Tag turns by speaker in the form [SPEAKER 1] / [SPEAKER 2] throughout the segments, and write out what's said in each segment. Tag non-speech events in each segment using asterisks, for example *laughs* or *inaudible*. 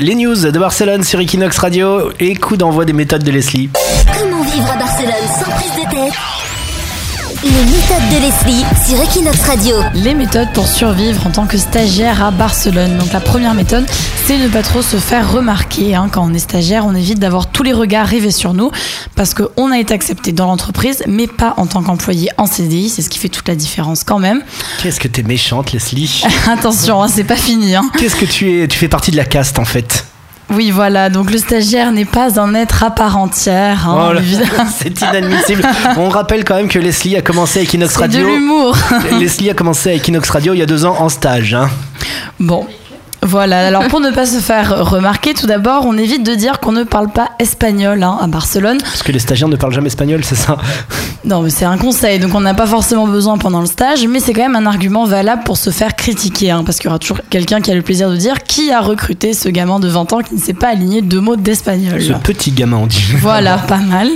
[SPEAKER 1] Les news de Barcelone sur Equinox Radio et coup d'envoi des méthodes de Leslie.
[SPEAKER 2] Comment vivre à Barcelone sans prise de tête Les méthodes de Leslie sur Equinox Radio.
[SPEAKER 3] Les méthodes pour survivre en tant que stagiaire à Barcelone. Donc la première méthode, c'est ne pas trop se faire remarquer. hein. Quand on est stagiaire, on évite d'avoir tous les regards rivés sur nous parce qu'on a été accepté dans l'entreprise, mais pas en tant qu'employé en CDI. C'est ce qui fait toute la différence quand même. *laughs*
[SPEAKER 1] Qu'est-ce que t'es méchante Leslie
[SPEAKER 3] Attention, hein, c'est pas fini. hein.
[SPEAKER 1] Qu'est-ce que tu es Tu fais partie de la caste en fait.
[SPEAKER 3] Oui, voilà. Donc le stagiaire n'est pas un être à part entière. hein,
[SPEAKER 1] Oh là, *laughs*
[SPEAKER 3] évidemment.
[SPEAKER 1] c'est inadmissible. On rappelle quand même que Leslie a commencé à Equinox
[SPEAKER 3] C'est de
[SPEAKER 1] Radio.
[SPEAKER 3] l'humour.
[SPEAKER 1] Leslie a commencé à Equinox Radio il y a deux ans en stage. hein.
[SPEAKER 3] Bon. Voilà, alors pour ne pas se faire remarquer, tout d'abord, on évite de dire qu'on ne parle pas espagnol hein, à Barcelone.
[SPEAKER 1] Parce que les stagiaires ne parlent jamais espagnol, c'est ça
[SPEAKER 3] Non, mais c'est un conseil, donc on n'a pas forcément besoin pendant le stage, mais c'est quand même un argument valable pour se faire critiquer, hein, parce qu'il y aura toujours quelqu'un qui a le plaisir de dire qui a recruté ce gamin de 20 ans qui ne s'est pas aligné deux mots d'espagnol.
[SPEAKER 1] Ce petit gamin, on dit.
[SPEAKER 3] Voilà, pas mal.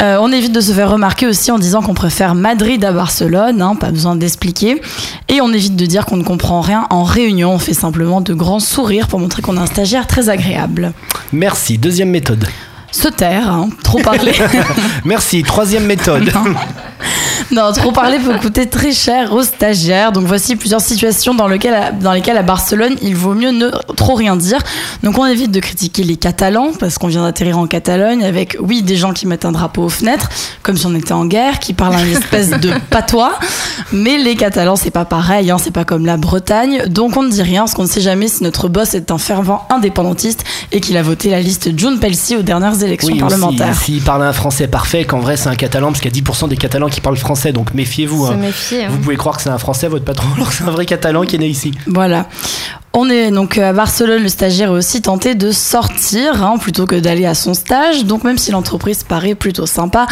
[SPEAKER 3] Euh, on évite de se faire remarquer aussi en disant qu'on préfère Madrid à Barcelone, hein, pas besoin d'expliquer. Et on évite de dire qu'on ne comprend rien en réunion, on fait simplement de grands sourires pour montrer qu'on a un stagiaire très agréable.
[SPEAKER 1] Merci. Deuxième méthode.
[SPEAKER 3] Se taire, hein, trop parler.
[SPEAKER 1] Merci. Troisième méthode.
[SPEAKER 3] *laughs* non, trop parler peut coûter très cher aux stagiaires. Donc voici plusieurs situations dans, lequel- dans lesquelles à Barcelone, il vaut mieux ne trop rien dire. Donc on évite de critiquer les Catalans, parce qu'on vient d'atterrir en Catalogne avec, oui, des gens qui mettent un drapeau aux fenêtres, comme si on était en guerre, qui parlent un
[SPEAKER 1] *laughs*
[SPEAKER 3] espèce de patois. Mais les Catalans, c'est pas pareil, hein, c'est pas comme la Bretagne. Donc on ne dit rien, parce qu'on ne sait jamais si notre boss est un fervent indépendantiste et qu'il a voté la liste June Pelsi aux dernières élections
[SPEAKER 1] Oui,
[SPEAKER 3] parlementaires.
[SPEAKER 1] aussi, s'il parle un français parfait, qu'en vrai c'est un catalan, parce qu'il y a 10% des catalans qui parlent français, donc méfiez-vous.
[SPEAKER 4] Se
[SPEAKER 1] hein.
[SPEAKER 4] méfier. hein.
[SPEAKER 1] Vous pouvez croire que c'est un français, votre patron, *laughs* alors que c'est un vrai catalan qui est né ici.
[SPEAKER 3] Voilà. On est donc à Barcelone, le stagiaire est aussi tenté de sortir hein, plutôt que d'aller à son stage. Donc même si l'entreprise paraît plutôt sympa,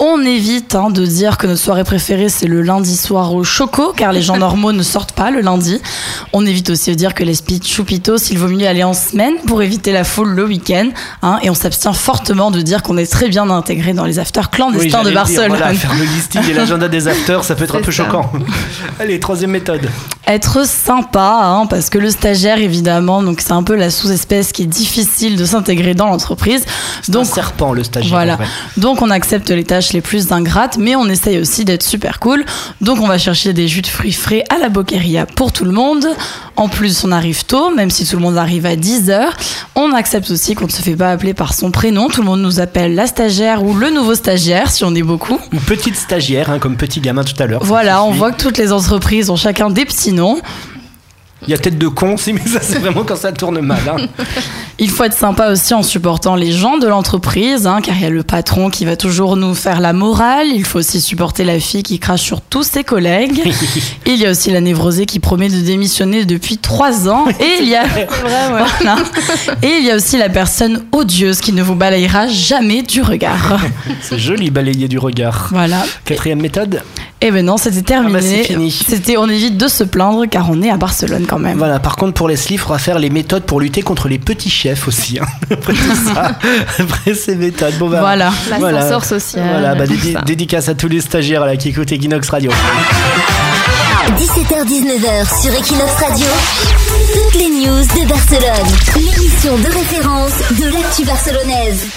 [SPEAKER 3] on évite hein, de dire que notre soirée préférée c'est le lundi soir au Choco, car les
[SPEAKER 1] *laughs*
[SPEAKER 3] gens normaux ne sortent pas le lundi. On évite aussi de dire que les speed choupitos, il vaut mieux aller en semaine pour éviter la foule le week-end. hein, et on s'abstient fortement de dire qu'on est très bien intégré dans les afters
[SPEAKER 1] Oui,
[SPEAKER 3] clandestins
[SPEAKER 1] j'allais
[SPEAKER 3] de
[SPEAKER 1] le dire,
[SPEAKER 3] Barcelone.
[SPEAKER 1] voilà, faire le listing et l'agenda des acteurs, ça peut être un
[SPEAKER 4] C'est
[SPEAKER 1] peu
[SPEAKER 4] ça.
[SPEAKER 1] choquant. *laughs* Allez, troisième méthode.
[SPEAKER 3] être sympa, hein, parce que le stagiaire, évidemment, donc c'est un peu la sous-espèce qui est difficile de s'intégrer dans l'entreprise.
[SPEAKER 1] Donc, un
[SPEAKER 3] Donc,
[SPEAKER 1] serpent, le stagiaire. en
[SPEAKER 3] voilà.
[SPEAKER 1] fait.
[SPEAKER 3] Donc, on accepte les tâches les plus ingrates, mais on essaye aussi d'être super cool. Donc, on va chercher des jus de fruits frais à la boqueria pour tout le monde. En plus, on arrive tôt, même si tout le monde arrive à 10 heures. On accepte aussi qu'on ne se fait pas appeler par son prénom. Tout le monde nous appelle la stagiaire ou le nouveau stagiaire, si on est beaucoup.
[SPEAKER 1] Ou petite stagiaire, hein, comme petit gamin tout à l'heure. ça
[SPEAKER 3] Voilà, on
[SPEAKER 1] suffit.
[SPEAKER 3] voit que toutes les entreprises ont chacun des petits noms.
[SPEAKER 1] Il y a tête de con *laughs* aussi, mais ça c'est vraiment quand ça tourne mal. hein.
[SPEAKER 3] Il faut être sympa aussi en supportant les gens de l'entreprise, hein, car il y a le patron qui va toujours nous faire la morale. Il faut aussi supporter la fille qui crache sur tous
[SPEAKER 1] *laughs*
[SPEAKER 3] ses collègues. il y a aussi la névrosée qui promet de démissionner depuis trois ans. Et il y a *laughs* Voilà. et il y a aussi la personne odieuse qui ne vous balayera jamais du
[SPEAKER 1] *laughs*
[SPEAKER 3] regard.
[SPEAKER 1] C'est joli balayer du regard.
[SPEAKER 3] voilà.
[SPEAKER 1] Quatrième méthode.
[SPEAKER 3] Et maintenant, c'était terminé.
[SPEAKER 1] Ah bah, c'est fini.
[SPEAKER 3] C'était, on évite de se plaindre car on est à Barcelone quand même.
[SPEAKER 1] Voilà, par contre, pour Leslie, il faudra faire les méthodes pour lutter contre les petits chefs aussi. hein. *laughs* Après tout ça, *laughs* après ces méthodes. Bon, bah,
[SPEAKER 3] Voilà.
[SPEAKER 4] L'ascenseur social,
[SPEAKER 1] Voilà, bah,
[SPEAKER 4] tout
[SPEAKER 1] dédi-
[SPEAKER 4] ça.
[SPEAKER 1] dédicace à tous les stagiaires là, qui écoutent Equinox Radio.
[SPEAKER 2] 17h-19h sur Equinox Radio. Toutes les news de Barcelone. L'émission de référence de l'actu barcelonaise.